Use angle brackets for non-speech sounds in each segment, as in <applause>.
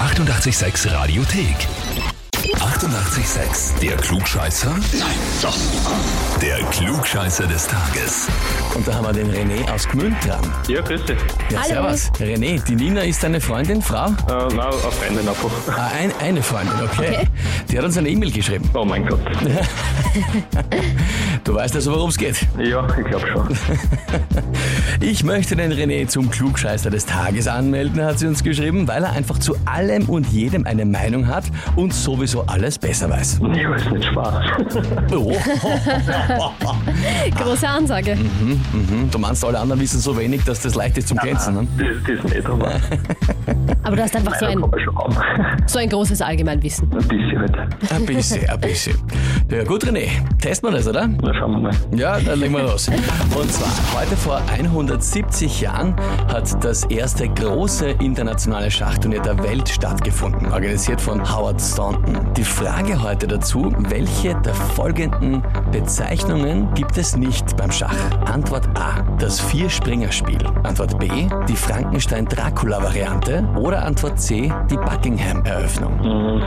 886 Radiothek. 88,6. Der Klugscheißer? Nein, doch. Der Klugscheißer des Tages. Und da haben wir den René aus Gmünd dran. Ja, grüß dich. Ja, Hallo. servus. René, die Nina ist deine Freundin, Frau? Äh, nein, auf einen einfach. Ah, ein, eine Freundin, okay. Die hat uns eine E-Mail geschrieben. Oh mein Gott. Du weißt also, worum es geht. Ja, ich glaube schon. Ich möchte den René zum Klugscheißer des Tages anmelden, hat sie uns geschrieben, weil er einfach zu allem und jedem eine Meinung hat und sowieso alles besser weiß. Ich weiß nicht, Spaß. Oh, Große Ansage. hm, du meinst, alle anderen wissen so wenig, dass das leicht ist zum Glänzen. Ne? Das, das ist nicht, aber Aber du hast einfach so da ein, kann man schon haben. Ein so ein großes Allgemeinwissen. bisschen halt. Ein bisschen, ein bisschen. Ja gut, René, testen wir das, oder? Na, schauen wir mal. Ja, dann legen wir los. Und zwar, heute vor 170 Jahren hat das erste große internationale Schachturnier der Welt stattgefunden, organisiert von Howard Staunton. Die Frage heute dazu, welche der folgenden Bezeichnungen gibt es nicht beim Schach? Antwort A, das Vierspringerspiel. Antwort B, die Frankenstein-Dracula-Variante. Oder Antwort C, die Buckingham-Eröffnung.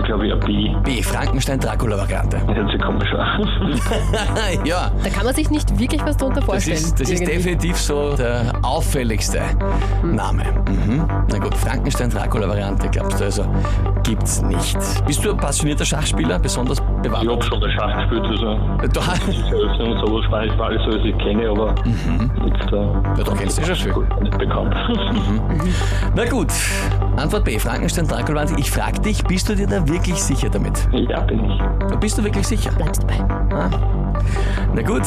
Ich glaube, ich habe B. B, Frankenstein-Dracula-Variante. <laughs> Das hört sich komisch an. ja, Da kann man sich nicht wirklich was drunter Das vorstellen. ist, das ist irgendwie. definitiv so der auffälligste Name. Mhm. Na gut, Frankenstein-Dracula-Variante, glaubst du also, gibt's nicht. Bist du ein passionierter Schachspieler, besonders Ich habe bewandert? schon der Schach gespielt, also <laughs> Da, diese Eröffnung und sowas war nicht alles, was ich kenne, aber jetzt äh, ja, da kennst du schon viel. gut, nicht bekannt. Na gut, Antwort B, Frankenstein-Dracula-Variante. Ich frag dich, bist du dir da wirklich sicher damit? ja, bin ich. Bist du wirklich sicher? Bleibst dabei. Na gut,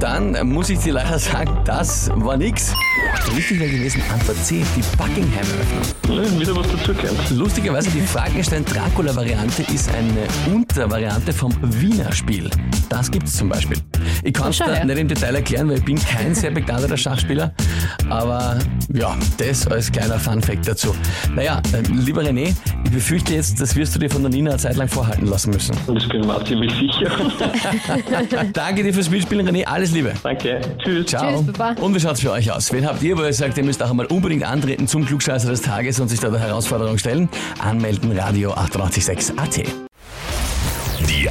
dann muss ich dir leider sagen, das war nix. Richtig wäre gewesen Antwort C, die Buckingham-Eröffnung. Ja, wieder was dazugelernt. Lustigerweise, die Frankenstein-Dracula-Variante ist eine Untervariante vom Wiener Spiel. Das gibt's zum Beispiel. Ich kann es Schau da her. nicht im Detail erklären, weil ich bin kein sehr begnadeter Schachspieler. Aber ja, das als kleiner Fun-Fact dazu. Naja, äh, lieber René, ich befürchte jetzt, das wirst du dir von der Nina eine Zeit lang vorhalten lassen <laughs> müssen. Das bin ich mir auch ziemlich sicher. Danke dir fürs Mitspielen, René. Alles Liebe. Danke. Tschüss. Ciao. Tschüss, Baba. Und wie schaut's für euch aus? Wen habt ihr, wo ihr sagt, ihr müsst auch einmal unbedingt antreten zum Klugscheißer des Tages und sich da der Herausforderung stellen? Anmelden, Radio 886 AT. Die